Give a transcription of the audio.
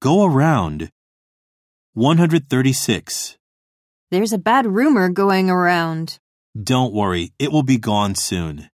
Go around. 136. There's a bad rumor going around. Don't worry, it will be gone soon.